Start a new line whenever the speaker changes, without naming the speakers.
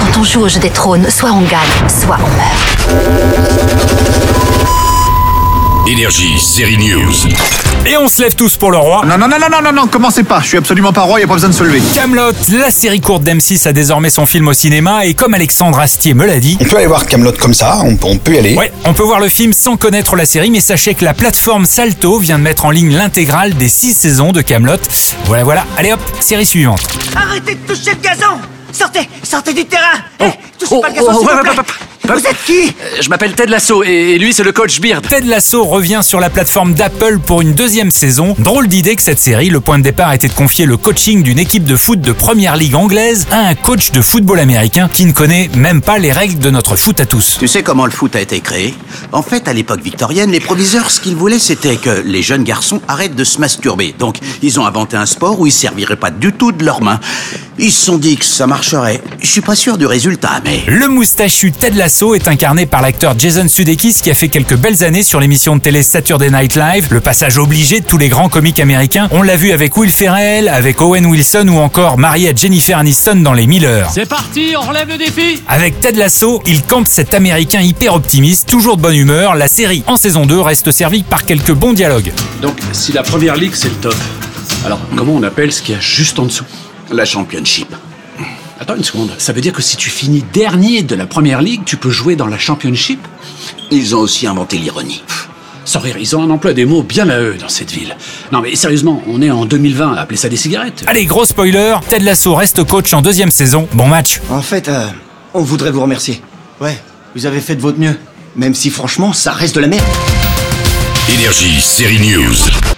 Quand on joue au jeu des trônes, soit on gagne, soit on meurt.
Énergie, série news.
Et on se lève tous pour le roi.
Non, non, non, non, non, non, non, commencez pas. Je suis absolument pas roi, y a pas besoin de se lever.
Camelot, la série courte d'M6 a désormais son film au cinéma et comme Alexandre Astier me l'a dit.
On peut aller voir Camelot comme ça, on, on, peut y aller.
Ouais, on peut voir le film sans connaître la série, mais sachez que la plateforme Salto vient de mettre en ligne l'intégrale des 6 saisons de Camelot. Voilà, voilà. Allez hop, série suivante.
Arrêtez de toucher le gazon Sortez, sortez du terrain oh. hey, touchez oh, pas le gazon, oh, ouais, plaît. Vous êtes qui
Je m'appelle Ted Lasso et lui c'est le coach Beard.
Ted Lasso revient sur la plateforme d'Apple pour une deuxième saison. Drôle d'idée que cette série, le point de départ était de confier le coaching d'une équipe de foot de première ligue anglaise à un coach de football américain qui ne connaît même pas les règles de notre foot à tous.
Tu sais comment le foot a été créé En fait, à l'époque victorienne, les proviseurs, ce qu'ils voulaient, c'était que les jeunes garçons arrêtent de se masturber. Donc, ils ont inventé un sport où ils serviraient pas du tout de leurs mains. Ils se sont dit que ça marcherait. Je suis pas sûr du résultat, mais.
Le moustachu Ted Lasso est incarné par l'acteur Jason Sudeikis qui a fait quelques belles années sur l'émission de télé Saturday Night Live, le passage obligé de tous les grands comiques américains. On l'a vu avec Will Ferrell, avec Owen Wilson ou encore marié à Jennifer Aniston dans Les Miller.
C'est parti, on relève le défi
Avec Ted Lasso, il campe cet américain hyper optimiste, toujours de bonne humeur. La série en saison 2 reste servie par quelques bons dialogues.
Donc, si la première ligue c'est le top, alors comment on appelle ce qu'il y a juste en dessous
La championship.
Attends une seconde, ça veut dire que si tu finis dernier de la première ligue, tu peux jouer dans la championship
Ils ont aussi inventé l'ironie.
Sans rire, ils ont un emploi des mots bien à eux dans cette ville. Non mais sérieusement, on est en 2020, appelez ça des cigarettes.
Allez, gros spoiler, Ted Lasso reste coach en deuxième saison. Bon match.
En fait, euh, on voudrait vous remercier. Ouais, vous avez fait de votre mieux. Même si franchement, ça reste de la merde.
Énergie, série news.